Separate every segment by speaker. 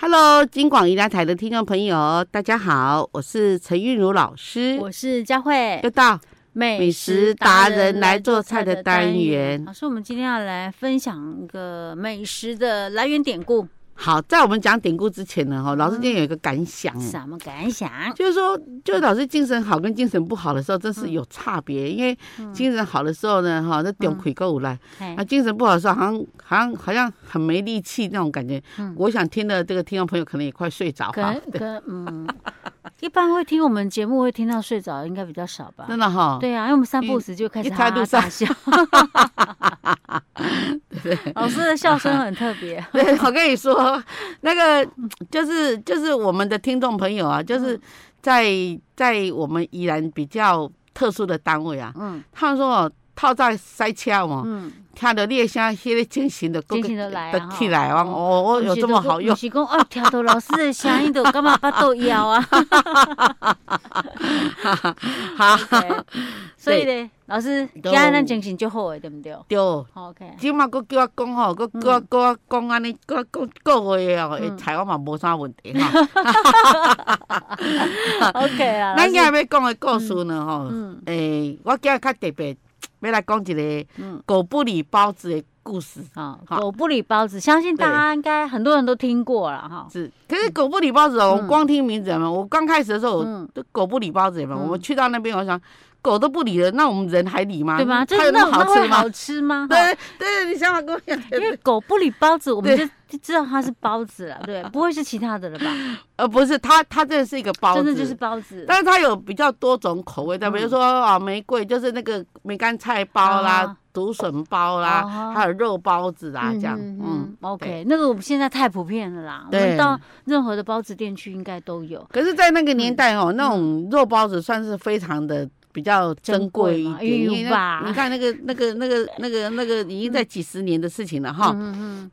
Speaker 1: Hello，金广宜兰台的听众朋友，大家好，我是陈韵如老师，
Speaker 2: 我是佳慧
Speaker 1: 又，到
Speaker 2: 美
Speaker 1: 美食达人来做菜的单元
Speaker 2: 老师，我们今天要来分享一个美食的来源典故，
Speaker 1: 好，在我们讲典故之前呢，哈，老师今天有一个感想，
Speaker 2: 什么感嗯想？
Speaker 1: 就是说，就是老师精神好跟精神不好的时候，真是有差
Speaker 2: 嗯
Speaker 1: 别，因为精神好的时候呢，哈，那丢魁够来，
Speaker 2: 嘿
Speaker 1: 啊，精神不好的时候，好像好像好像很没力气那种感觉。我想听的这个听众朋友可能也快睡着
Speaker 2: 嗯可
Speaker 1: 哈
Speaker 2: 能， 可能嗯，一般会听我们节目会听到睡着，应该比较少吧？
Speaker 1: 真的哈，
Speaker 2: 对啊，因为我们散步时就开始
Speaker 1: 一
Speaker 2: 哈
Speaker 1: 开
Speaker 2: 哈
Speaker 1: 路
Speaker 2: 大笑， 老师的笑声很特别，
Speaker 1: 对，我跟你说，那个就是就是我们的听众朋友啊，
Speaker 2: 嗯
Speaker 1: 就是在在我们宜兰比较特殊的单位啊，
Speaker 2: 嗯
Speaker 1: 他们说哦，套在塞车哦，
Speaker 2: 嗯，
Speaker 1: 听到你的声，迄个精神的
Speaker 2: 精神就来啊
Speaker 1: 起来啊，
Speaker 2: 吼
Speaker 1: 哦，我有这么好用
Speaker 2: 不，是讲哦，听到老师的声音就干嘛巴肚枵啊？
Speaker 1: 哈，
Speaker 2: OK，所以呢，老师，今
Speaker 1: 都
Speaker 2: 仔咱精神就好诶，对毋对
Speaker 1: 对。
Speaker 2: 好？OK，
Speaker 1: 即嘛，佫叫我讲吼，佫叫我叫我讲安尼，叫我讲各位哦，会
Speaker 2: 嗯
Speaker 1: 菜我嘛无啥问 题哈。
Speaker 2: OK 啦，
Speaker 1: 咱今日
Speaker 2: 老师
Speaker 1: 要讲的故事呢，吼，
Speaker 2: 嗯
Speaker 1: 诶，我今日较特别要来讲一个
Speaker 2: 嗯，
Speaker 1: 狗不理包子的故事。
Speaker 2: 好，
Speaker 1: 好
Speaker 2: 狗不理包子，相信大家应该很多人都听过了哈。
Speaker 1: 是，可是狗不理包子哦，
Speaker 2: 嗯
Speaker 1: 我光听名字嘛，我刚开始的时候，
Speaker 2: 嗯
Speaker 1: 都狗不理包子嘛，
Speaker 2: 嗯
Speaker 1: 我去到那边，我想狗都不理了，那我们人还理吗？
Speaker 2: 对吗？就
Speaker 1: 它嗯有
Speaker 2: 是
Speaker 1: 那
Speaker 2: 那
Speaker 1: 么好
Speaker 2: 那会
Speaker 1: 吃吗
Speaker 2: 好？吃吗？哈
Speaker 1: 对 对，你想法跟我讲，
Speaker 2: 因为狗不理包子，我们就就知道它是包子了， 对，不会是其他的了吧？
Speaker 1: 呃，不是，它它真的是一个包子，
Speaker 2: 真的就是包子。
Speaker 1: 但是它有比较多种口味的，比如
Speaker 2: 嗯
Speaker 1: 说啊，玫瑰就是那个梅干菜包啦
Speaker 2: 啊、
Speaker 1: 竹笋包啦，
Speaker 2: 啊
Speaker 1: 还有肉包子啊，这样，嗯。对
Speaker 2: ，OK，那个我们现在太普遍了啦，我
Speaker 1: 对
Speaker 2: 们到任何的包子店去应该都有。
Speaker 1: 可是，在那个年代
Speaker 2: 嗯
Speaker 1: 哦，那种肉包子算是非常的比较珍贵一
Speaker 2: 珍贵嘛哎
Speaker 1: 点，
Speaker 2: 呦
Speaker 1: 因为那
Speaker 2: 吧
Speaker 1: 你看那个那个那个那个那个已经在几十年的事情了哈。
Speaker 2: 嗯嗯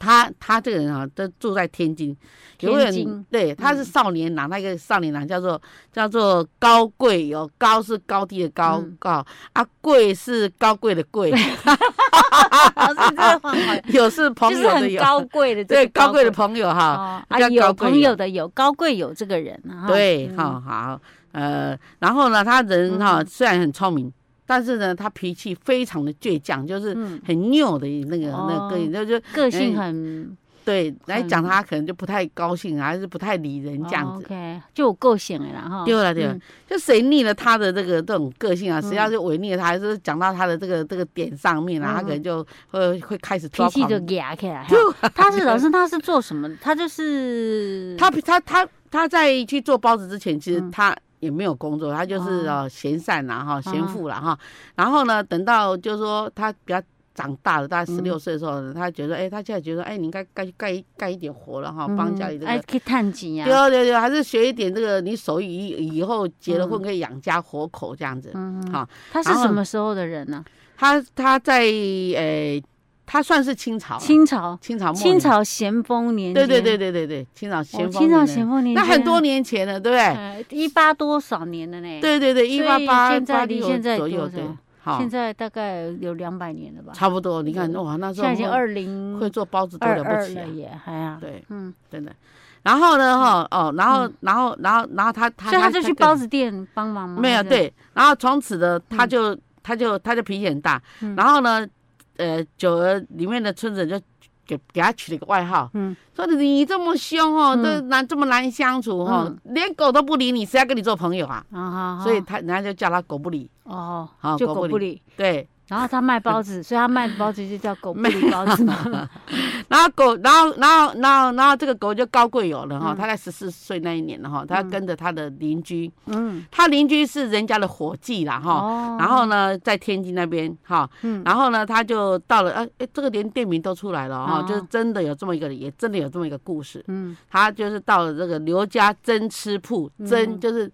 Speaker 1: 他他这个人啊，都住在天津，有个
Speaker 2: 天津
Speaker 1: 人对他是少年郎，那个少年郎叫做叫做高贵哦，高是高低的高
Speaker 2: 嗯
Speaker 1: 高啊，贵是高贵的 贵，
Speaker 2: 嗯，老师真的换好了，
Speaker 1: 有是朋
Speaker 2: 就是
Speaker 1: 友的
Speaker 2: 很
Speaker 1: 有，
Speaker 2: 高贵的这个，
Speaker 1: 对高贵的朋友哈，
Speaker 2: 哦，
Speaker 1: 比较
Speaker 2: 啊，
Speaker 1: 高
Speaker 2: 有
Speaker 1: 贵
Speaker 2: 朋
Speaker 1: 有
Speaker 2: 友的有高贵有这个人啊，哈
Speaker 1: 对
Speaker 2: 嗯
Speaker 1: 哈好呃，然后呢，他人哈虽然很聪明，但是呢，他脾气非常的倔强，就是
Speaker 2: 嗯，
Speaker 1: 很拗的那个那
Speaker 2: 哦
Speaker 1: 个，那就
Speaker 2: 个性很
Speaker 1: 对来讲
Speaker 2: 很
Speaker 1: 他可能就不太高兴，还是不太理人这样
Speaker 2: 哦
Speaker 1: 子。
Speaker 2: ，OK，就有够显的啦哈，
Speaker 1: 对了对了
Speaker 2: 嗯，
Speaker 1: 就谁逆了他的这个这种个性啊，谁要
Speaker 2: 嗯
Speaker 1: 是违逆了他，还是讲到他的这个这个点上面啊，他可能就会会开始抓
Speaker 2: 脾气
Speaker 1: 狂
Speaker 2: 就。压起来哈。他是老师，他是做什么？他就是
Speaker 1: 他他他他在去做包子之前，其实
Speaker 2: 嗯
Speaker 1: 他也没有工作，他就是
Speaker 2: 哦
Speaker 1: 呃闲散啦哈，闲
Speaker 2: 嗯
Speaker 1: 富啦哈。然后呢，等到就是说他比较长大了，大概十
Speaker 2: 嗯
Speaker 1: 六岁的时候呢，他觉得哎，他现在觉得哎，你应该该干干一点活了哈，帮家里这
Speaker 2: 哎
Speaker 1: 个。
Speaker 2: 去探钱
Speaker 1: 对哦
Speaker 2: 呀，
Speaker 1: 对对，还是学一点这个你手艺，以以后结了婚
Speaker 2: 嗯
Speaker 1: 可以养家活口这样子。
Speaker 2: 嗯，
Speaker 1: 好
Speaker 2: 他是
Speaker 1: 然后
Speaker 2: 什么时候的人呢？
Speaker 1: 他他在诶、他算是清朝啦，
Speaker 2: 清朝，
Speaker 1: 清朝末
Speaker 2: 清
Speaker 1: 年，
Speaker 2: 朝咸丰年
Speaker 1: 对
Speaker 2: 间，
Speaker 1: 对对对对对，清朝咸
Speaker 2: 哦，
Speaker 1: 丰
Speaker 2: 清
Speaker 1: 年
Speaker 2: 朝
Speaker 1: 呢，
Speaker 2: 咸丰年
Speaker 1: 那
Speaker 2: 间，
Speaker 1: 很多年前了，对不对？
Speaker 2: 哎，一八多少年了呢？，
Speaker 1: 对对对，一
Speaker 2: 所以
Speaker 1: 八八
Speaker 2: 现在
Speaker 1: 八
Speaker 2: 离
Speaker 1: 六
Speaker 2: 现在
Speaker 1: 左
Speaker 2: 多
Speaker 1: 右，
Speaker 2: 少
Speaker 1: 对，好
Speaker 2: 现，在大概有两百年了吧？
Speaker 1: 差不多。你看哇，那时
Speaker 2: 现
Speaker 1: 候
Speaker 2: 在已经
Speaker 1: 会
Speaker 2: 二零
Speaker 1: 会做包子多
Speaker 2: 二
Speaker 1: 了
Speaker 2: 二
Speaker 1: 不起啊
Speaker 2: 了，耶，还啊，
Speaker 1: 对，
Speaker 2: 嗯，
Speaker 1: 真的。然后呢，哈哦，然后然后然后然后他他
Speaker 2: 所以他就去
Speaker 1: 更
Speaker 2: 包子店帮忙吗？
Speaker 1: 没有
Speaker 2: 还是，
Speaker 1: 对，然后从此呢，他就他就他就脾气很大，
Speaker 2: 嗯
Speaker 1: 然后呢，呃，久而里面的村子就给给他取了一个外号，
Speaker 2: 嗯
Speaker 1: 说你这么凶哦，
Speaker 2: 嗯
Speaker 1: 这难这么难相处哦
Speaker 2: 嗯，
Speaker 1: 连狗都不理你，谁要跟你做朋友啊？
Speaker 2: 啊哈，
Speaker 1: 所以他人家就叫他狗不理，
Speaker 2: 哦
Speaker 1: 好，
Speaker 2: 就
Speaker 1: 狗
Speaker 2: 狗
Speaker 1: 不
Speaker 2: 不理，
Speaker 1: 对，
Speaker 2: 然后他卖包子，所以他卖的包子就叫狗不理包子嘛。
Speaker 1: 然后狗，然后然后然后然后这个狗就高贵友了哈，
Speaker 2: 嗯
Speaker 1: 他在十四岁那一年了哈，他跟着他的邻居，
Speaker 2: 嗯，
Speaker 1: 他邻居是人家的伙计啦哈，
Speaker 2: 哦
Speaker 1: 然后呢在天津那边哈，
Speaker 2: 嗯，
Speaker 1: 然后呢，他就到了，呃，哎，这个连店名都出来了哈、
Speaker 2: 哦
Speaker 1: 就是真的有这么一个，也真的有这么一个故事。
Speaker 2: 嗯，
Speaker 1: 他就是到了这个刘家蒸吃铺，
Speaker 2: 嗯
Speaker 1: 蒸、就是，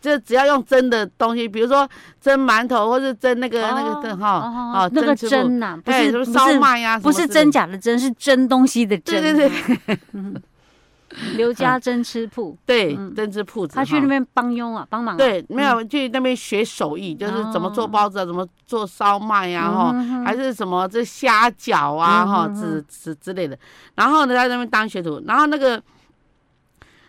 Speaker 1: 就只要用蒸的东西，比如说蒸馒头或是蒸那个、那个的哈，
Speaker 2: 哦
Speaker 1: 哦
Speaker 2: 那个
Speaker 1: 吃铺
Speaker 2: 蒸呐，不
Speaker 1: 哎
Speaker 2: 是
Speaker 1: 什
Speaker 2: 不
Speaker 1: 么
Speaker 2: 是
Speaker 1: 烧麦呀、
Speaker 2: 不
Speaker 1: 什么
Speaker 2: 是
Speaker 1: 之类
Speaker 2: 真
Speaker 1: 的，
Speaker 2: 假的蒸，是蒸东西的 蒸。
Speaker 1: 对对
Speaker 2: 对，刘家蒸吃铺，
Speaker 1: 对，
Speaker 2: 嗯
Speaker 1: 蒸吃铺子。
Speaker 2: 他去
Speaker 1: 哈
Speaker 2: 那边帮佣啊，帮忙啊。
Speaker 1: 对，没有去那边学手艺，就是怎么做
Speaker 2: 哦
Speaker 1: 包子啊，怎么做烧麦呀、啊，哈、
Speaker 2: 嗯哼
Speaker 1: 还是什么这虾饺啊，
Speaker 2: 嗯
Speaker 1: 哈、
Speaker 2: 哼
Speaker 1: 之
Speaker 2: 哼
Speaker 1: 之之类的。然后呢，在那边当学徒，然后那个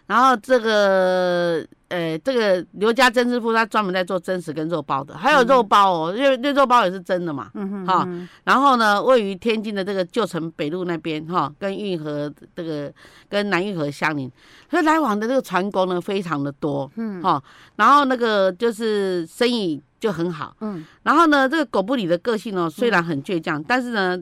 Speaker 1: 然后这个呃，这个刘家真师傅他专门在做真实跟肉包的，还有肉包哦，因为因为肉包也是真的嘛。
Speaker 2: 嗯哼，
Speaker 1: 好
Speaker 2: 嗯
Speaker 1: 然后呢，位于天津的这个旧城北路那边哈，跟运河这个跟南运河相邻，所以来往的这个船工呢非常的多，嗯哈，然后那个就是生意就很好，
Speaker 2: 嗯，
Speaker 1: 然后呢，这个狗不理的个性呢虽然很倔强，但是呢。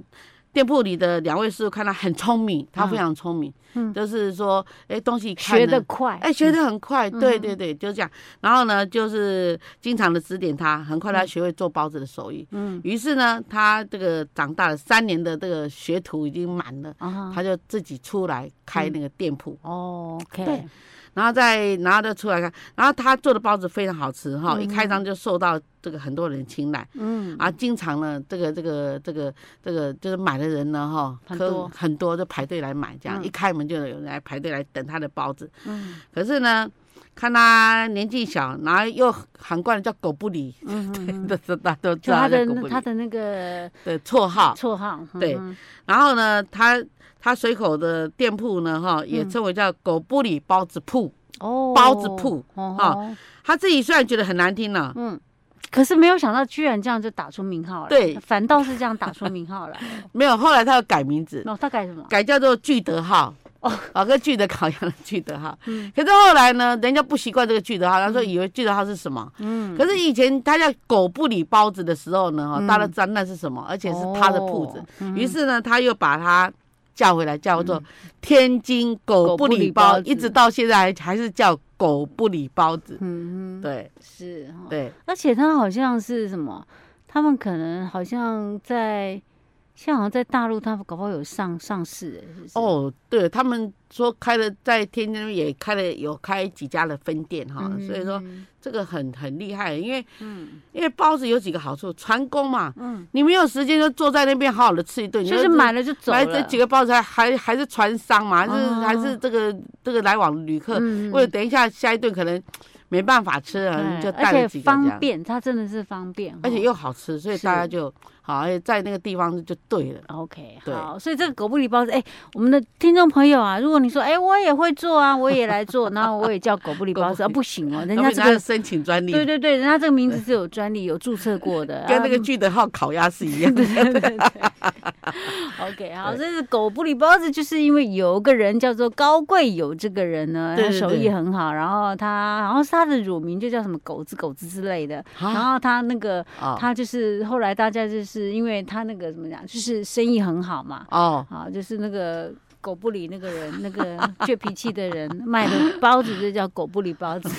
Speaker 1: 店铺里的两位师傅看他很聪明，他非常聪明，
Speaker 2: 嗯
Speaker 1: 就是说，哎，东西看
Speaker 2: 学
Speaker 1: 呢
Speaker 2: 得快，
Speaker 1: 哎，学得很快，对
Speaker 2: 嗯
Speaker 1: 对对，就这样。然后呢，就是经常的指点他，很快他学会做包子的手艺。
Speaker 2: 嗯
Speaker 1: 于是呢，他这个长大了三年的这个学徒已经满了，
Speaker 2: 啊
Speaker 1: 他就自己出来开那个店铺，
Speaker 2: 哦
Speaker 1: 对
Speaker 2: ，OK，
Speaker 1: 然后再然后就出来开，然后他做的包子非常好吃哈，
Speaker 2: 嗯
Speaker 1: 一开张就受到这个很多人青睐。
Speaker 2: 嗯，
Speaker 1: 啊，经常呢，这个这个这个这个就是买的人呢，哈，
Speaker 2: 很
Speaker 1: 可
Speaker 2: 多
Speaker 1: 很多就排队来买，这样、
Speaker 2: 嗯
Speaker 1: 一开门就有人来排队来等他的包子。
Speaker 2: 嗯
Speaker 1: 可是呢，看他年纪小，然后又喊惯了叫狗不理，
Speaker 2: 嗯嗯，嗯
Speaker 1: 这这大家都 知
Speaker 2: 就
Speaker 1: 道
Speaker 2: 他
Speaker 1: 叫
Speaker 2: 的
Speaker 1: 狗不
Speaker 2: 那
Speaker 1: 理
Speaker 2: 他的 那个
Speaker 1: 的绰号。
Speaker 2: 绰号，嗯
Speaker 1: 对
Speaker 2: 嗯
Speaker 1: 然后呢，他他随口的店铺呢，哈，
Speaker 2: 嗯
Speaker 1: 也称为叫狗不理包子铺。
Speaker 2: 哦，
Speaker 1: 包子铺
Speaker 2: 哦
Speaker 1: 啊
Speaker 2: 吼
Speaker 1: 他自己虽然觉得很难听了、
Speaker 2: 嗯，可是没有想到，居然这样就打出名号了。
Speaker 1: 对
Speaker 2: 反倒是这样打出名号 来。
Speaker 1: 没有，后来他又改名字，
Speaker 2: 那他改什么？
Speaker 1: 改叫做聚德号。
Speaker 2: 哦
Speaker 1: 哦，啊，跟聚德烤羊的聚德号。
Speaker 2: 嗯
Speaker 1: 可是后来呢，人家不习惯这个聚德号，他说以为聚德号是什么？
Speaker 2: 嗯，
Speaker 1: 可是以前他叫狗不理包子的时候呢，哈、
Speaker 2: 嗯
Speaker 1: 大家都知道那是什么，而且是他的铺子。
Speaker 2: 哦。
Speaker 1: 于是呢，他又把它叫回来，叫做天津狗不理包，
Speaker 2: 嗯狗不理包子
Speaker 1: 一直到现在还还是叫狗不理包子。
Speaker 2: 嗯，嗯，哦
Speaker 1: 对
Speaker 2: 是哈。
Speaker 1: 对，
Speaker 2: 而且他好像是什么？他们可能好像在，现在好像在大陆，他们搞不好有上上市，哎是不是？
Speaker 1: 哦，对他们说开了在天津也开了有开几家的分店哈，
Speaker 2: 嗯，
Speaker 1: 所以说
Speaker 2: 嗯，
Speaker 1: 这个很很厉害，因为
Speaker 2: 嗯
Speaker 1: 因为包子有几个好处，传工嘛，
Speaker 2: 嗯，
Speaker 1: 你没有时间就坐在那边好好的吃一顿，你
Speaker 2: 就是买了就走了。
Speaker 1: 买这几个包子还还还是船商嘛，还是、
Speaker 2: 哦
Speaker 1: 还是这个这个来往的旅客，
Speaker 2: 嗯，嗯
Speaker 1: 为了等一下下一顿可能没办法吃了，
Speaker 2: 哎
Speaker 1: 你就带了
Speaker 2: 而
Speaker 1: 几个这
Speaker 2: 且方
Speaker 1: 样。
Speaker 2: 便，它真的是方便，
Speaker 1: 而且
Speaker 2: 哈
Speaker 1: 又好吃，所以
Speaker 2: 是
Speaker 1: 大家就好，而且在那个地方就对了。
Speaker 2: OK，
Speaker 1: 对
Speaker 2: 好，所以这个狗不理包子，哎、我们的听众朋友啊，如果你 说，哎、我也会做啊，我也来做， 然后我也叫狗不理包子，啊、不行哦，人
Speaker 1: 要
Speaker 2: 家
Speaker 1: 不
Speaker 2: 这
Speaker 1: 然要
Speaker 2: 个，
Speaker 1: 申请专利，
Speaker 2: 对对对，人家这个名字是有专利、有注册过的，
Speaker 1: 跟那个
Speaker 2: 啊
Speaker 1: 聚德号烤鸭是一样的。
Speaker 2: 啊 OK，好，
Speaker 1: 对
Speaker 2: 这是狗不理包子，就是因为有个人叫做高贵友，这个人呢，
Speaker 1: 对
Speaker 2: 他
Speaker 1: 对
Speaker 2: 手
Speaker 1: 对
Speaker 2: 艺很好，然后他，然后是他的乳名就叫什么狗子、狗子之类 的，然
Speaker 1: 啊，
Speaker 2: 后他那个。
Speaker 1: 哦
Speaker 2: 他就是后来大家就是因为他那个怎么讲，就是生意很好嘛，
Speaker 1: 哦，
Speaker 2: 好，就是那个狗不理那个人，那个倔脾气的人卖的包子就叫狗不理包子。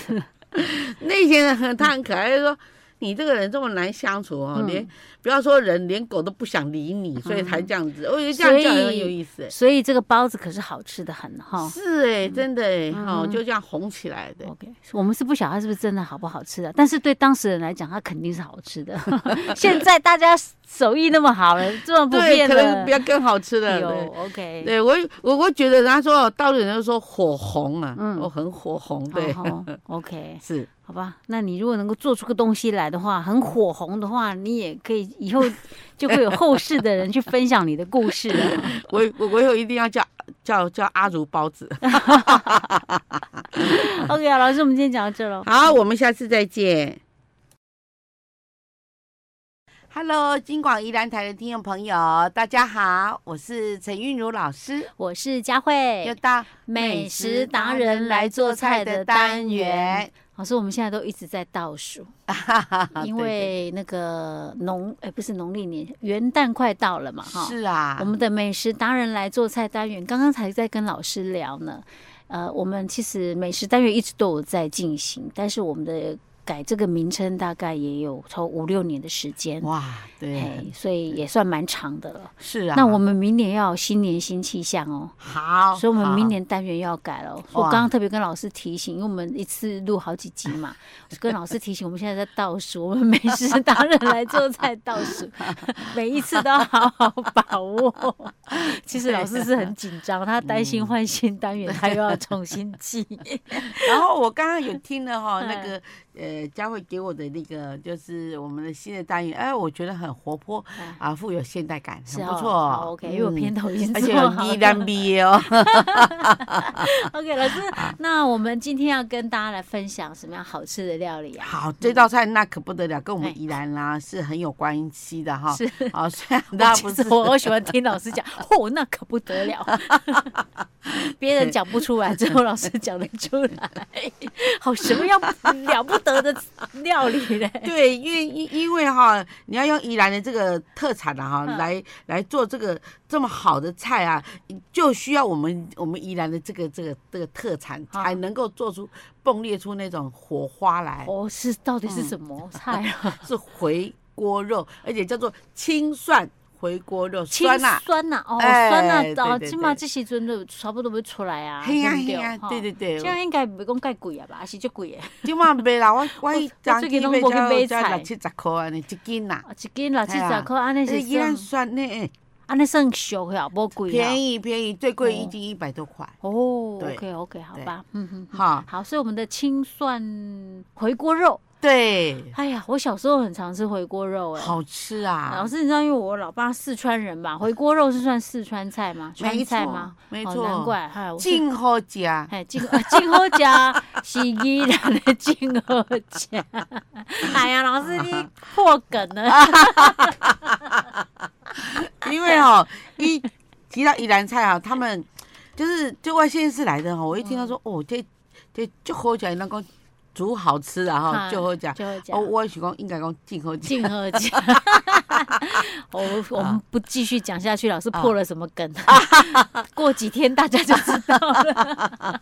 Speaker 1: 那些人很他很可爱，就说你这个人这么难相处哦，
Speaker 2: 嗯
Speaker 1: 连不要说人，连狗都不想理你，嗯所以才这样子。我觉得这
Speaker 2: 所
Speaker 1: 样
Speaker 2: 以
Speaker 1: 叫人很有意思。哎
Speaker 2: 所以这个包子可是好吃的很哈。
Speaker 1: 是哎，真的哎，哦，
Speaker 2: 嗯
Speaker 1: 就这样红起来的。
Speaker 2: OK，我们是不晓得它是不是真的好不好吃的，但是对当事人来讲，它肯定是好吃的。 现在大家手艺那么好了，这么普
Speaker 1: 对，
Speaker 2: 遍
Speaker 1: 可能
Speaker 2: 了，
Speaker 1: 比较更好吃的。
Speaker 2: 有
Speaker 1: 对
Speaker 2: OK，
Speaker 1: 对我我我觉得人家说到底人家说火红啊，
Speaker 2: 嗯
Speaker 1: 我很火红，对，
Speaker 2: 好好，OK，
Speaker 1: 是。
Speaker 2: 好吧，那你如果能够做出个东西来的话，很火红的话，你也可以以后就会有后世的人去分享你的故事 了。
Speaker 1: 我我我以后一定要叫叫叫阿如包子。
Speaker 2: OK 啊，老师，我们今天讲到这喽。
Speaker 1: 好，我们下次再见。Hello，金广宜兰台的听众朋友，大家好，我是陈韵如老师，
Speaker 2: 我是佳慧
Speaker 1: 又，到
Speaker 2: 美食达人来做菜的单元。。老师，我们现在都一直在倒 数，因为那个农哎、不是农历年，元旦快到了嘛哈。
Speaker 1: 是啊
Speaker 2: 我，们的哦美食达人来做菜单元，刚刚才在跟老师聊呢。呃，我们其实美食单元一直都有在进行，但是我们的改这个名称大概也有超五六年的时间，
Speaker 1: 哇，对
Speaker 2: 哎，，所以也算蛮长的了。
Speaker 1: 是啊。
Speaker 2: 那我们明年要有新年新气象哦。
Speaker 1: 好，
Speaker 2: 所以我们
Speaker 1: 好
Speaker 2: 明年单元要改了。我
Speaker 1: 哇
Speaker 2: 刚刚特别跟老师提醒，因为我们一次录好几集嘛，我跟老师提醒，我们现在在倒数，我们美食达人来做菜倒 数，每一次都要好好把握。 其实老师是很紧张，他担心换
Speaker 1: 嗯
Speaker 2: 新单元，他又要重新记。
Speaker 1: 然后我刚刚有听了哈、
Speaker 2: 嗯
Speaker 1: 那个呃佳慧给我的那个就是我们的新的单元，哎，我觉得很活泼
Speaker 2: 哎
Speaker 1: 啊，富有现代感，
Speaker 2: 是
Speaker 1: 很不
Speaker 2: 哦
Speaker 1: 错
Speaker 2: 好
Speaker 1: 哦。
Speaker 2: ，OK，因为我
Speaker 1: 嗯
Speaker 2: 片头已经
Speaker 1: 而且
Speaker 2: 做
Speaker 1: 有
Speaker 2: 好
Speaker 1: 低
Speaker 2: 了
Speaker 1: 单毕业哦。
Speaker 2: OK，老师，那我们今天要跟大家来分享什么样好吃的料理啊？
Speaker 1: 好，这道菜那可不得了，跟我
Speaker 2: 哎
Speaker 1: 们宜兰啦、是很有关系的哈。
Speaker 2: 是，
Speaker 1: 好，虽 然大家不
Speaker 2: 其
Speaker 1: 是
Speaker 2: 实我我喜欢听老师 讲，哦，那可不得了， 别人讲不出来，只有老师讲得出来，好什么样了不得的料理 嘞？
Speaker 1: 对，因为因因为哈，你要用宜兰的这个特产啊哈，
Speaker 2: 嗯
Speaker 1: 来来做这个这么好的菜啊，就需要我们我们宜兰的这个这个这个特产，
Speaker 2: 啊
Speaker 1: 才能够做出迸裂出那种火花来，
Speaker 2: 哦，是到底是什么菜 啊？
Speaker 1: 是回锅肉，而且叫做青蒜回锅肉，
Speaker 2: 青
Speaker 1: 酸啊。
Speaker 2: 酸呐，哦，
Speaker 1: 哎
Speaker 2: 酸
Speaker 1: 对
Speaker 2: 呐，
Speaker 1: 对
Speaker 2: 哦，
Speaker 1: 对
Speaker 2: 起码这时阵就差不多要出来啊，
Speaker 1: 嘿呀
Speaker 2: 对不
Speaker 1: 嘿
Speaker 2: 对
Speaker 1: 呀，
Speaker 2: 哈
Speaker 1: 对对
Speaker 2: 这样
Speaker 1: 对，
Speaker 2: 应该不讲介贵啊吧，还是足贵的。
Speaker 1: 今晚袂啦，我我一张
Speaker 2: 最
Speaker 1: 去
Speaker 2: 近拢
Speaker 1: 买
Speaker 2: 没去
Speaker 1: 才才
Speaker 2: 买菜
Speaker 1: 六七十块安尼一斤呐，
Speaker 2: 啊，一斤六七
Speaker 1: 哎
Speaker 2: 十
Speaker 1: 呀
Speaker 2: 块，安尼
Speaker 1: 这
Speaker 2: 是
Speaker 1: 宜兰
Speaker 2: 算
Speaker 1: 蒜呢，哎
Speaker 2: 安尼算俗了，无贵了。
Speaker 1: 便宜便宜，最贵一
Speaker 2: 哦
Speaker 1: 斤一百多块，
Speaker 2: 哦
Speaker 1: 对
Speaker 2: ，OK OK，好
Speaker 1: 对
Speaker 2: 吧，嗯嗯，嗯
Speaker 1: 哈，
Speaker 2: 好，所以我们的青蒜回锅肉，
Speaker 1: 对。
Speaker 2: 哎呀，我小时候很常吃回锅肉，哎，
Speaker 1: 好吃啊！
Speaker 2: 老师，你知道，因为我老爸四川人嘛，回锅肉是算四川菜吗？川
Speaker 1: 没
Speaker 2: 菜
Speaker 1: 错
Speaker 2: 吗？
Speaker 1: 没
Speaker 2: 哦
Speaker 1: 错，
Speaker 2: 难怪，哎，我是
Speaker 1: 静好 家。
Speaker 2: 哎，进呃进好家是依然的进好家。 哎呀，老师你破梗了，
Speaker 1: 啊因为哦，一提到宜兰菜啊，他们 就是就外县市来的哈，我一听到
Speaker 2: 嗯
Speaker 1: 说、哦，这这就好吃，那个煮好吃的哈，
Speaker 2: 嗯
Speaker 1: 就好吃。
Speaker 2: 就会讲
Speaker 1: 哦，我是讲应该讲静好家。
Speaker 2: 进而讲， 我我
Speaker 1: 啊
Speaker 2: 们不继续讲下去，老师破了什么 梗？过几天大家就知道了。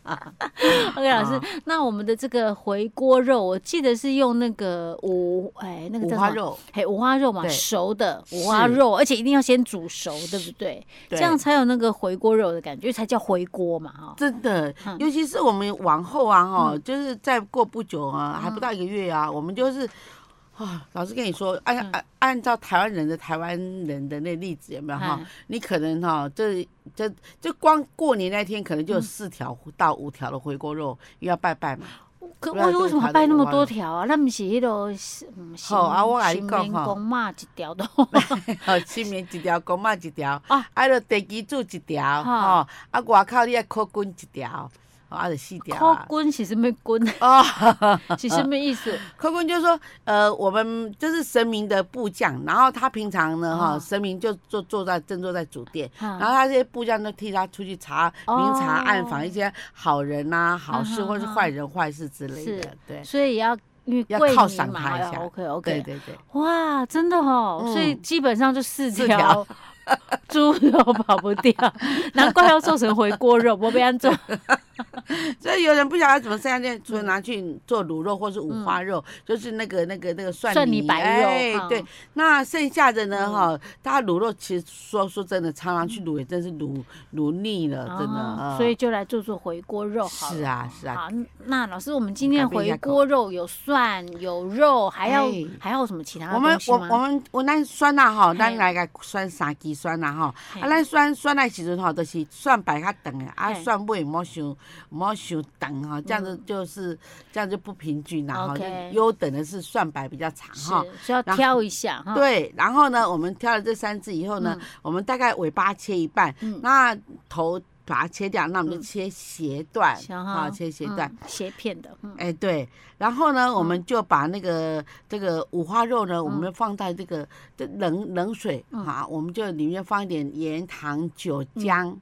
Speaker 2: OK，老师
Speaker 1: 啊，
Speaker 2: 那我们的这个回锅肉，我记得是用那个五哎那个
Speaker 1: 五
Speaker 2: 叫
Speaker 1: 花
Speaker 2: 什么？
Speaker 1: 肉，
Speaker 2: 嘿，五花肉嘛，
Speaker 1: 对
Speaker 2: 熟的
Speaker 1: 是
Speaker 2: 五花肉，而且一定要先煮熟，对不对？
Speaker 1: 对
Speaker 2: 这样才有那个回锅肉的感觉，才叫回锅嘛，哈、
Speaker 1: 真的
Speaker 2: 嗯，
Speaker 1: 尤其是我们往后啊，哦，就是再过不久啊，还不
Speaker 2: 嗯
Speaker 1: 到一个月啊，我们就是。啊，老师跟你说，按
Speaker 2: 嗯
Speaker 1: 按按照台湾人的台湾人的那例子有没有哈
Speaker 2: 哎？
Speaker 1: 你可能哈，这这这光过年那天可能
Speaker 2: 嗯
Speaker 1: 就有四条到五条的回锅肉，又要拜拜 嘛。
Speaker 2: 可
Speaker 1: 不然
Speaker 2: 为
Speaker 1: 就
Speaker 2: 为
Speaker 1: 是
Speaker 2: 什么
Speaker 1: 它的
Speaker 2: 掰那么
Speaker 1: 五花
Speaker 2: 多
Speaker 1: 肉
Speaker 2: 条啊？那不是迄落是嗯，
Speaker 1: 好啊我跟你讲哈
Speaker 2: 公嘛一条 都
Speaker 1: 哦，清明一条，公妈一条
Speaker 2: 啊，
Speaker 1: 啊，就地基煮一条，
Speaker 2: 哈
Speaker 1: 哦，啊，外口你爱烤滚一条，哦啊，就四条
Speaker 2: 扣
Speaker 1: 啊。
Speaker 2: 棍是什么 棍？
Speaker 1: 哦，
Speaker 2: 是什么意思？
Speaker 1: 坤坤就说，呃，我们就是神明的部将，然后他平常呢，哈、
Speaker 2: 哦
Speaker 1: 神明就坐坐在正坐在主殿。呃然后
Speaker 2: 啊，
Speaker 1: 他这些部将都替他出去查
Speaker 2: 哦
Speaker 1: 明察暗访一些好人呐、好事
Speaker 2: 嗯哼
Speaker 1: 或是坏人坏事之类
Speaker 2: 是
Speaker 1: 的，对
Speaker 2: 所以也要因为
Speaker 1: 要
Speaker 2: 桂
Speaker 1: 犒
Speaker 2: 林
Speaker 1: 赏
Speaker 2: 嘛
Speaker 1: 他一下
Speaker 2: OK
Speaker 1: 对
Speaker 2: OK，
Speaker 1: 对对，
Speaker 2: 哇，真的哦，
Speaker 1: 嗯
Speaker 2: 所以基本上就四
Speaker 1: 四
Speaker 2: 条
Speaker 1: 条
Speaker 2: 猪肉跑不掉，难怪要做成回锅肉，我被安做。
Speaker 1: 所以有人不晓得怎么下去，除了拿去做卤肉或是五花肉，就是那个那个那个蒜
Speaker 2: 嗯蒜泥白肉哈
Speaker 1: 哎，对。那剩下的呢，
Speaker 2: 嗯
Speaker 1: 哈，大家卤肉其实说说真的，常常去卤也真是卤卤腻了， 真的。
Speaker 2: 哦
Speaker 1: 嗯
Speaker 2: 所以就来做做回锅肉好了。
Speaker 1: 是啊是啊，
Speaker 2: 好，那老师，我们今天
Speaker 1: 改变一
Speaker 2: 回
Speaker 1: 下
Speaker 2: 锅肉有蒜有肉，还要、
Speaker 1: 哎
Speaker 2: 还要有什么其他的
Speaker 1: 我们
Speaker 2: 东西
Speaker 1: 我
Speaker 2: 吗
Speaker 1: 我们我咱酸呐吼，
Speaker 2: 嘿
Speaker 1: 咱来个酸三支酸呐吼，
Speaker 2: 嘿
Speaker 1: 啊咱酸酸的时阵吼，就是蒜白较长的，啊
Speaker 2: 嘿嗯
Speaker 1: 蒜尾莫伤莫伤长吼，这样子就是这样就不平均啦吼，就
Speaker 2: OK
Speaker 1: 优等的是蒜白比较长哈。
Speaker 2: 是需要
Speaker 1: 然后
Speaker 2: 挑一下哈。
Speaker 1: 对，然后呢，我们挑了这三只以后呢，我们大概尾巴切一半，
Speaker 2: 嗯
Speaker 1: 那头把它切掉，那我们就切斜段，
Speaker 2: 行哈
Speaker 1: 啊，切斜段。
Speaker 2: 嗯斜片的，嗯，
Speaker 1: 哎，对，然后呢，我们就把那个这个五花肉呢，我
Speaker 2: 嗯
Speaker 1: 们放在这个这冷冷水啊，我们就里面放一点盐、糖、酒、
Speaker 2: 嗯
Speaker 1: 姜。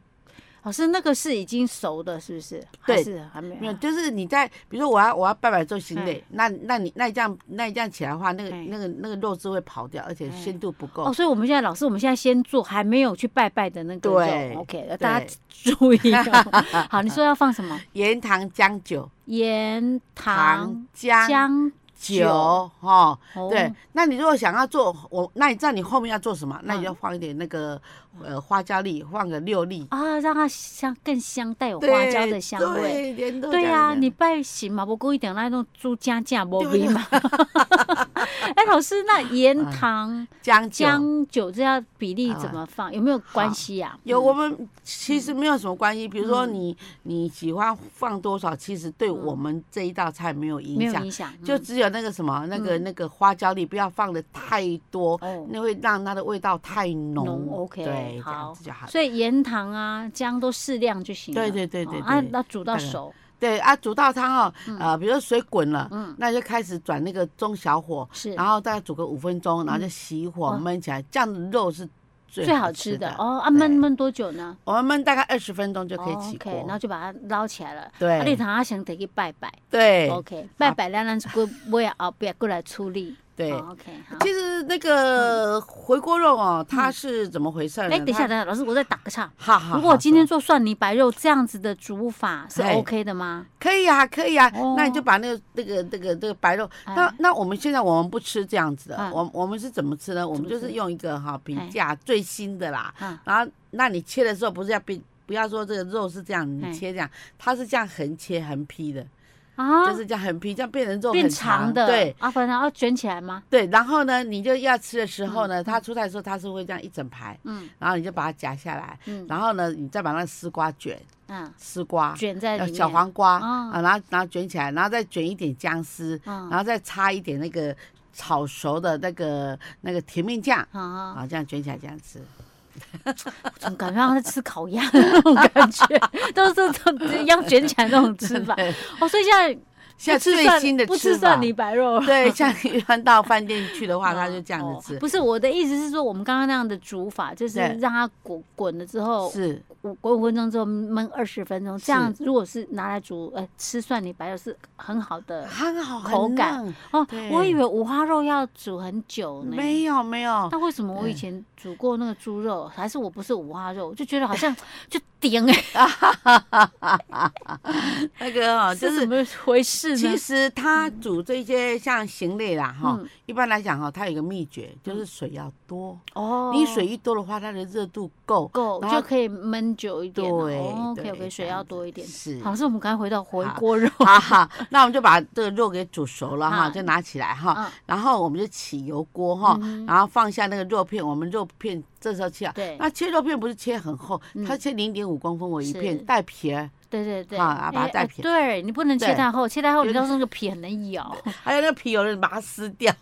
Speaker 2: 老师那个是已经熟的，是不是？
Speaker 1: 对
Speaker 2: 还是还没
Speaker 1: 没有，
Speaker 2: 有。啊
Speaker 1: 就是你在，比如说我要我要拜拜做行
Speaker 2: 哎
Speaker 1: 类，那那你那你这样那你这样起来的话，那个
Speaker 2: 哎
Speaker 1: 那个那个肉质会跑掉，而且
Speaker 2: 哎
Speaker 1: 鲜度不够
Speaker 2: 哦，。所以我们现在老师，我们现在先做还没有去拜拜的那个肉
Speaker 1: 对
Speaker 2: ，OK，
Speaker 1: 对
Speaker 2: 呃大家 注意 哦。好，你说要放什么？
Speaker 1: 盐、糖、姜、酒、
Speaker 2: 盐、
Speaker 1: 糖
Speaker 2: 糖、、
Speaker 1: 姜、
Speaker 2: 姜、
Speaker 1: 酒，哈，
Speaker 2: 哦
Speaker 1: 对。那你如果想要做我，那你知道你后面要做什么？那你
Speaker 2: 嗯
Speaker 1: 就放一点那个呃花椒粒，放个六粒，
Speaker 2: 啊，让它香更香，带有花椒的香味。，
Speaker 1: 对，连豆
Speaker 2: 对
Speaker 1: 角
Speaker 2: 呀、
Speaker 1: 也
Speaker 2: 你拜行嘛，我故意点那种猪加酱不味嘛。 哎，老师，那盐、糖、
Speaker 1: 姜啊酒啊
Speaker 2: 姜、酒这样比例怎么放？有没有关系啊嗯呀、
Speaker 1: 有，我们其
Speaker 2: 嗯
Speaker 1: 实没有什么关系。比如说你你喜欢放多少，其实对我们这一道菜没有
Speaker 2: 嗯没
Speaker 1: 影
Speaker 2: 有
Speaker 1: 响
Speaker 2: 影，响，
Speaker 1: 就
Speaker 2: 嗯
Speaker 1: 只有那个什么那个那个花椒粒不要放的太多，
Speaker 2: 哦。
Speaker 1: 那会让它的味道太浓
Speaker 2: 浓。，OK，
Speaker 1: 对，这
Speaker 2: 好
Speaker 1: 样子就好了。
Speaker 2: 所以盐、糖啊、姜都适量就行了。
Speaker 1: 对对对对
Speaker 2: 哦啊，
Speaker 1: 对
Speaker 2: 那煮到
Speaker 1: 大概
Speaker 2: 熟，
Speaker 1: 对啊，煮到汤哦，呃，比如说水滚了
Speaker 2: 嗯，
Speaker 1: 那就开始转那个中小火，
Speaker 2: 是
Speaker 1: 然后大概煮个五分钟，然后就熄火
Speaker 2: 哇
Speaker 1: 焖起来，这样的肉是最
Speaker 2: 最
Speaker 1: 好
Speaker 2: 好
Speaker 1: 吃
Speaker 2: 吃
Speaker 1: 的
Speaker 2: 的。哦。啊，焖
Speaker 1: 对
Speaker 2: 焖多久呢？
Speaker 1: 我们焖大概二十分钟就可以起
Speaker 2: 哦 OK，然后
Speaker 1: 锅。
Speaker 2: 就把它捞起来了。
Speaker 1: 对
Speaker 2: 啊，你糖阿想得去拜拜
Speaker 1: 对
Speaker 2: ，OK，拜拜了，咱就过我也后壁过来处理。
Speaker 1: 对。
Speaker 2: 哦，OK，好。嗯
Speaker 1: 其实那个回锅肉哦，它是怎么回事呢？
Speaker 2: 哎，等一下，
Speaker 1: 它，
Speaker 2: 等一下，老师，我再打个岔。
Speaker 1: 好好好，
Speaker 2: 如果我今天做蒜泥白肉这样子的煮法是
Speaker 1: 哎
Speaker 2: OK 的吗？
Speaker 1: 可以啊，可以啊，
Speaker 2: 哦
Speaker 1: 那你就把那个那个那个那个白肉，
Speaker 2: 哎
Speaker 1: 那那我们现在我们不吃这样子的
Speaker 2: 嗯，
Speaker 1: 我我们是怎么吃呢？我们就
Speaker 2: 怎
Speaker 1: 是
Speaker 2: 么吃
Speaker 1: 用一个哈
Speaker 2: 哎
Speaker 1: 平价最新的啦，
Speaker 2: 啊，
Speaker 1: 然后那你切的时候不是要比。不要说这个肉是这样，
Speaker 2: 哎
Speaker 1: 你切这样，它是这样横切横劈的，
Speaker 2: 啊，
Speaker 1: 就是这样横劈，这样变成肉
Speaker 2: 变
Speaker 1: 很
Speaker 2: 长的，
Speaker 1: 对
Speaker 2: 啊，反正要卷起来吗？
Speaker 1: 对。然后呢，你就要吃的时候呢，它出菜的时候它是会这样一整排，
Speaker 2: 嗯
Speaker 1: 然后你就把它夹下来，
Speaker 2: 嗯
Speaker 1: 然后呢，你再把那个丝瓜卷，
Speaker 2: 嗯，
Speaker 1: 丝瓜，
Speaker 2: 卷在里
Speaker 1: 呃
Speaker 2: 面。
Speaker 1: 小黄瓜
Speaker 2: 哦
Speaker 1: 啊，然后然后卷起来，然后再卷一点姜丝，
Speaker 2: 嗯，
Speaker 1: 然后再插一点那个炒熟的那个那个甜面酱，
Speaker 2: 啊，
Speaker 1: 啊，这样卷起来这样吃。
Speaker 2: 总感觉好像在吃烤鸭的那种感觉，都是这种一样卷起来那种吃 法。哦，所以现在
Speaker 1: 现在
Speaker 2: 不吃
Speaker 1: 最
Speaker 2: 蒜
Speaker 1: 新的
Speaker 2: 不
Speaker 1: 吃
Speaker 2: 吃蒜
Speaker 1: 法
Speaker 2: 泥白肉了。
Speaker 1: 对，像一般到饭店去的话，他就这样
Speaker 2: 哦
Speaker 1: 子吃。
Speaker 2: 不是我的意思是说，我们刚刚那样的煮法，就是
Speaker 1: 对
Speaker 2: 让它滚滚了之后，
Speaker 1: 是，
Speaker 2: 五滚五分钟之后焖二十分钟，
Speaker 1: 是
Speaker 2: 这样如果是拿来煮，呃，吃蒜泥白肉是很好的
Speaker 1: 很好，很
Speaker 2: 口感
Speaker 1: 嫩
Speaker 2: 哦
Speaker 1: 啊对。
Speaker 2: 我以为五花肉要煮很久呢。
Speaker 1: 没有没有，
Speaker 2: 那为什么我以
Speaker 1: 对
Speaker 2: 前煮过那个猪肉，还是我不是五花肉，我就觉得 好像就顶哎，
Speaker 1: 那个哦，就是是
Speaker 2: 怎么回事
Speaker 1: 其
Speaker 2: 呢？
Speaker 1: 实他煮这些像行类啦哈
Speaker 2: 嗯，
Speaker 1: 一般来讲哈，它有一个秘诀，就是水要多。
Speaker 2: 哦
Speaker 1: 你水一多的话，它的热度够，
Speaker 2: 够
Speaker 1: 然
Speaker 2: 就
Speaker 1: 后
Speaker 2: 可以焖久一点了。
Speaker 1: 对
Speaker 2: ，OK
Speaker 1: 对
Speaker 2: OK，水
Speaker 1: 这
Speaker 2: 哦
Speaker 1: 样
Speaker 2: 要
Speaker 1: 子
Speaker 2: 多一点。
Speaker 1: 是
Speaker 2: 好，是我们刚才回到回
Speaker 1: 好
Speaker 2: 锅肉。
Speaker 1: 哈哈，那我们就把这个肉给煮熟了哈，
Speaker 2: 啊
Speaker 1: 就拿起来哈
Speaker 2: 嗯，
Speaker 1: 然后我们就起油锅哈，然后放下那个肉片，我们肉片这时候切啊，
Speaker 2: 对嗯
Speaker 1: 那切肉片不是切很厚，它切零点五公分为一片
Speaker 2: 是，
Speaker 1: 带皮 儿，
Speaker 2: 对对对，
Speaker 1: 啊啊把它
Speaker 2: 哎
Speaker 1: 带
Speaker 2: 哎
Speaker 1: 平
Speaker 2: 对你不能切
Speaker 1: 对
Speaker 2: 太厚，切太厚你
Speaker 1: 有
Speaker 2: 到时候那个皮很难咬。
Speaker 1: 还有那个皮有人把它撕掉，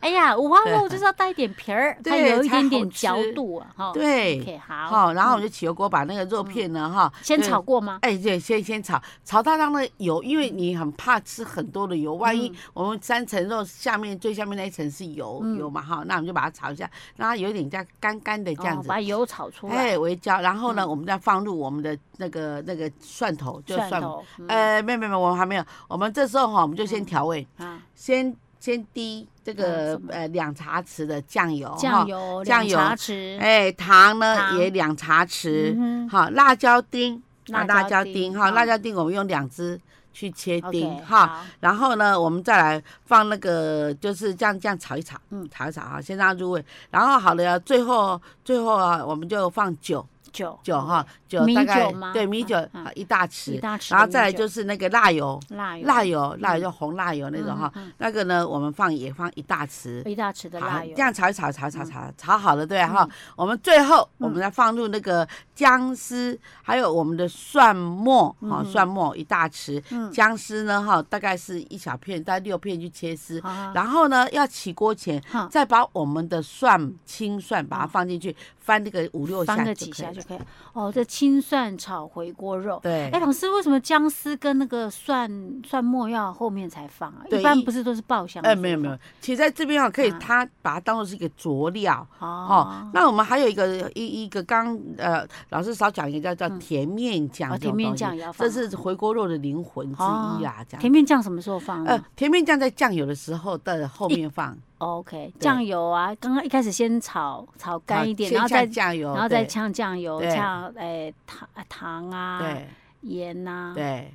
Speaker 2: 哎呀，五花
Speaker 1: 对
Speaker 2: 肉就是要带一点皮 儿，它
Speaker 1: 对
Speaker 2: 有一
Speaker 1: 才
Speaker 2: 点
Speaker 1: 好
Speaker 2: 点
Speaker 1: 吃
Speaker 2: 嚼度啊，哈。
Speaker 1: 对，
Speaker 2: ，OK，好，嗯
Speaker 1: 好，然后我们就起油锅把那个肉片呢哈，
Speaker 2: 先
Speaker 1: 就
Speaker 2: 炒。过吗？
Speaker 1: 哎，对，先先炒，炒到让那个油，因为你很怕吃很多的油，万一我们三层肉下面最下面那一层是油、
Speaker 2: 嗯
Speaker 1: 油嘛哈，那我们就把它炒一下，让它有点这样干干的这样
Speaker 2: 哦
Speaker 1: 子，
Speaker 2: 把油炒出来，
Speaker 1: 哎，微焦，然后呢，我们再放入我们的那个那个蒜头，就
Speaker 2: 嗯蒜
Speaker 1: 蒜，
Speaker 2: 头，嗯
Speaker 1: 哎，没有没有，我们还没有，我们这时候哈，我们就先调味，
Speaker 2: 啊，
Speaker 1: 先先滴这
Speaker 2: 嗯
Speaker 1: 个
Speaker 2: 什么
Speaker 1: 呃两茶匙的酱油，
Speaker 2: 酱，油两
Speaker 1: 哦酱油
Speaker 2: 茶匙，
Speaker 1: 哎，糖呢
Speaker 2: 糖
Speaker 1: 也两茶匙，
Speaker 2: 嗯哼
Speaker 1: 好，辣椒丁，啊
Speaker 2: 辣
Speaker 1: 辣
Speaker 2: 椒
Speaker 1: 椒
Speaker 2: 丁
Speaker 1: 丁哈，
Speaker 2: 嗯
Speaker 1: 辣椒丁我们用两只去切
Speaker 2: OK，
Speaker 1: 丁哈，
Speaker 2: 好，
Speaker 1: 然后呢，我们再来放那个，就是这样这样炒一炒，嗯，炒一炒哈，先让它入味。然后好了呀，最后最后啊，我们就放酒
Speaker 2: 酒
Speaker 1: 酒哈，酒
Speaker 2: 米
Speaker 1: 大概
Speaker 2: 酒吗
Speaker 1: 对米酒
Speaker 2: 嗯嗯
Speaker 1: 啊一大
Speaker 2: 一
Speaker 1: 匙，
Speaker 2: 大匙的米酒，
Speaker 1: 然后再来就是那个辣油，
Speaker 2: 辣油，嗯
Speaker 1: 辣油辣油就红辣油那种哈
Speaker 2: 嗯嗯嗯，
Speaker 1: 那个呢我们放也放一大匙。
Speaker 2: 一大匙的
Speaker 1: 好
Speaker 2: 辣，油嗯
Speaker 1: 这，样炒一炒，炒一炒炒炒好了，对哈。我们最后我们再放入那个姜丝，还有我们的蒜末，哈，蒜末一大匙，
Speaker 2: 嗯
Speaker 1: 姜丝呢哈，大概是一小片，大概六片去切丝，
Speaker 2: 啊
Speaker 1: 然后呢，要起锅前
Speaker 2: 哈
Speaker 1: 再把我们的蒜青蒜把它放进去，翻那个五六下
Speaker 2: 翻个
Speaker 1: 就
Speaker 2: 几
Speaker 1: 可以
Speaker 2: 下
Speaker 1: 了
Speaker 2: 就可以了。哦，这青蒜炒回锅肉。
Speaker 1: 对
Speaker 2: 哎，，老师，为什么姜丝跟那个蒜蒜末要后面才放啊？
Speaker 1: 对
Speaker 2: 一般
Speaker 1: 一
Speaker 2: 不是都是爆香？
Speaker 1: 哎，没有没有，，其实在这边啊，可以
Speaker 2: 啊
Speaker 1: 它把它当做是一个佐料。哦
Speaker 2: 哦，，
Speaker 1: 那我们还有一个一一个刚呃，老师少讲一个叫叫甜面酱
Speaker 2: 哦
Speaker 1: 这种
Speaker 2: 甜面
Speaker 1: 东西
Speaker 2: 酱也要
Speaker 1: 这
Speaker 2: 放啊
Speaker 1: 是回锅肉的灵魂之一啊，这样。
Speaker 2: 甜面酱什么时候放啊
Speaker 1: 呃
Speaker 2: 呢，
Speaker 1: 甜面酱在酱油的时候的后面放，
Speaker 2: ？OK，
Speaker 1: 对
Speaker 2: 酱油啊，刚刚一开始先炒炒干一点，
Speaker 1: 先
Speaker 2: 然后
Speaker 1: 下
Speaker 2: 再
Speaker 1: 酱油，
Speaker 2: 然后再
Speaker 1: 对
Speaker 2: 呛酱油，
Speaker 1: 对
Speaker 2: 呛哎糖啊糖啊
Speaker 1: 对
Speaker 2: 盐呐，
Speaker 1: 对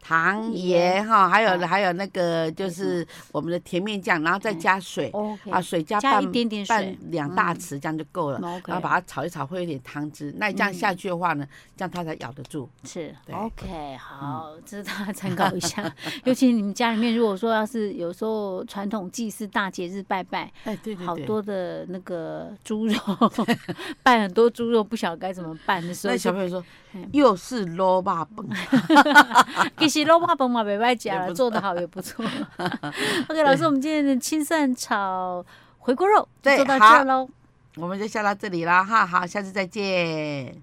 Speaker 1: 糖
Speaker 2: 盐
Speaker 1: 盐哈，还有
Speaker 2: 啊嗯
Speaker 1: 还有那个就是我们的甜面酱，然后再加水
Speaker 2: 哦，OK，
Speaker 1: 啊，水加
Speaker 2: 加
Speaker 1: 半
Speaker 2: 一点点水嗯哦
Speaker 1: 半两大匙，这样就够了。
Speaker 2: ，OK，嗯
Speaker 1: 然后把它炒一炒，会有点汤汁。那这样下去的话呢，这样它才咬得住。
Speaker 2: 是
Speaker 1: 对嗯
Speaker 2: OK，好，这是大家参考一 下。尤其你们家里面，如果说要是有时候传统祭祀、大节日拜拜，
Speaker 1: 哎，对对
Speaker 2: 好
Speaker 1: 对。
Speaker 2: 多的那个猪肉， 拜很多猪肉，不晓得该怎么办的时候
Speaker 1: 那
Speaker 2: 就，
Speaker 1: 小朋友说
Speaker 2: 嗯，
Speaker 1: 又是萝卜本，
Speaker 2: 其实肉霸崩嘛，没败家
Speaker 1: 也不错
Speaker 2: 了，做得好也不错。OK，老师， 我们今天的青蒜炒回锅肉就
Speaker 1: 对
Speaker 2: 做到
Speaker 1: 好
Speaker 2: 这喽。
Speaker 1: 我们就笑到这里啦，哈，好，下次再见。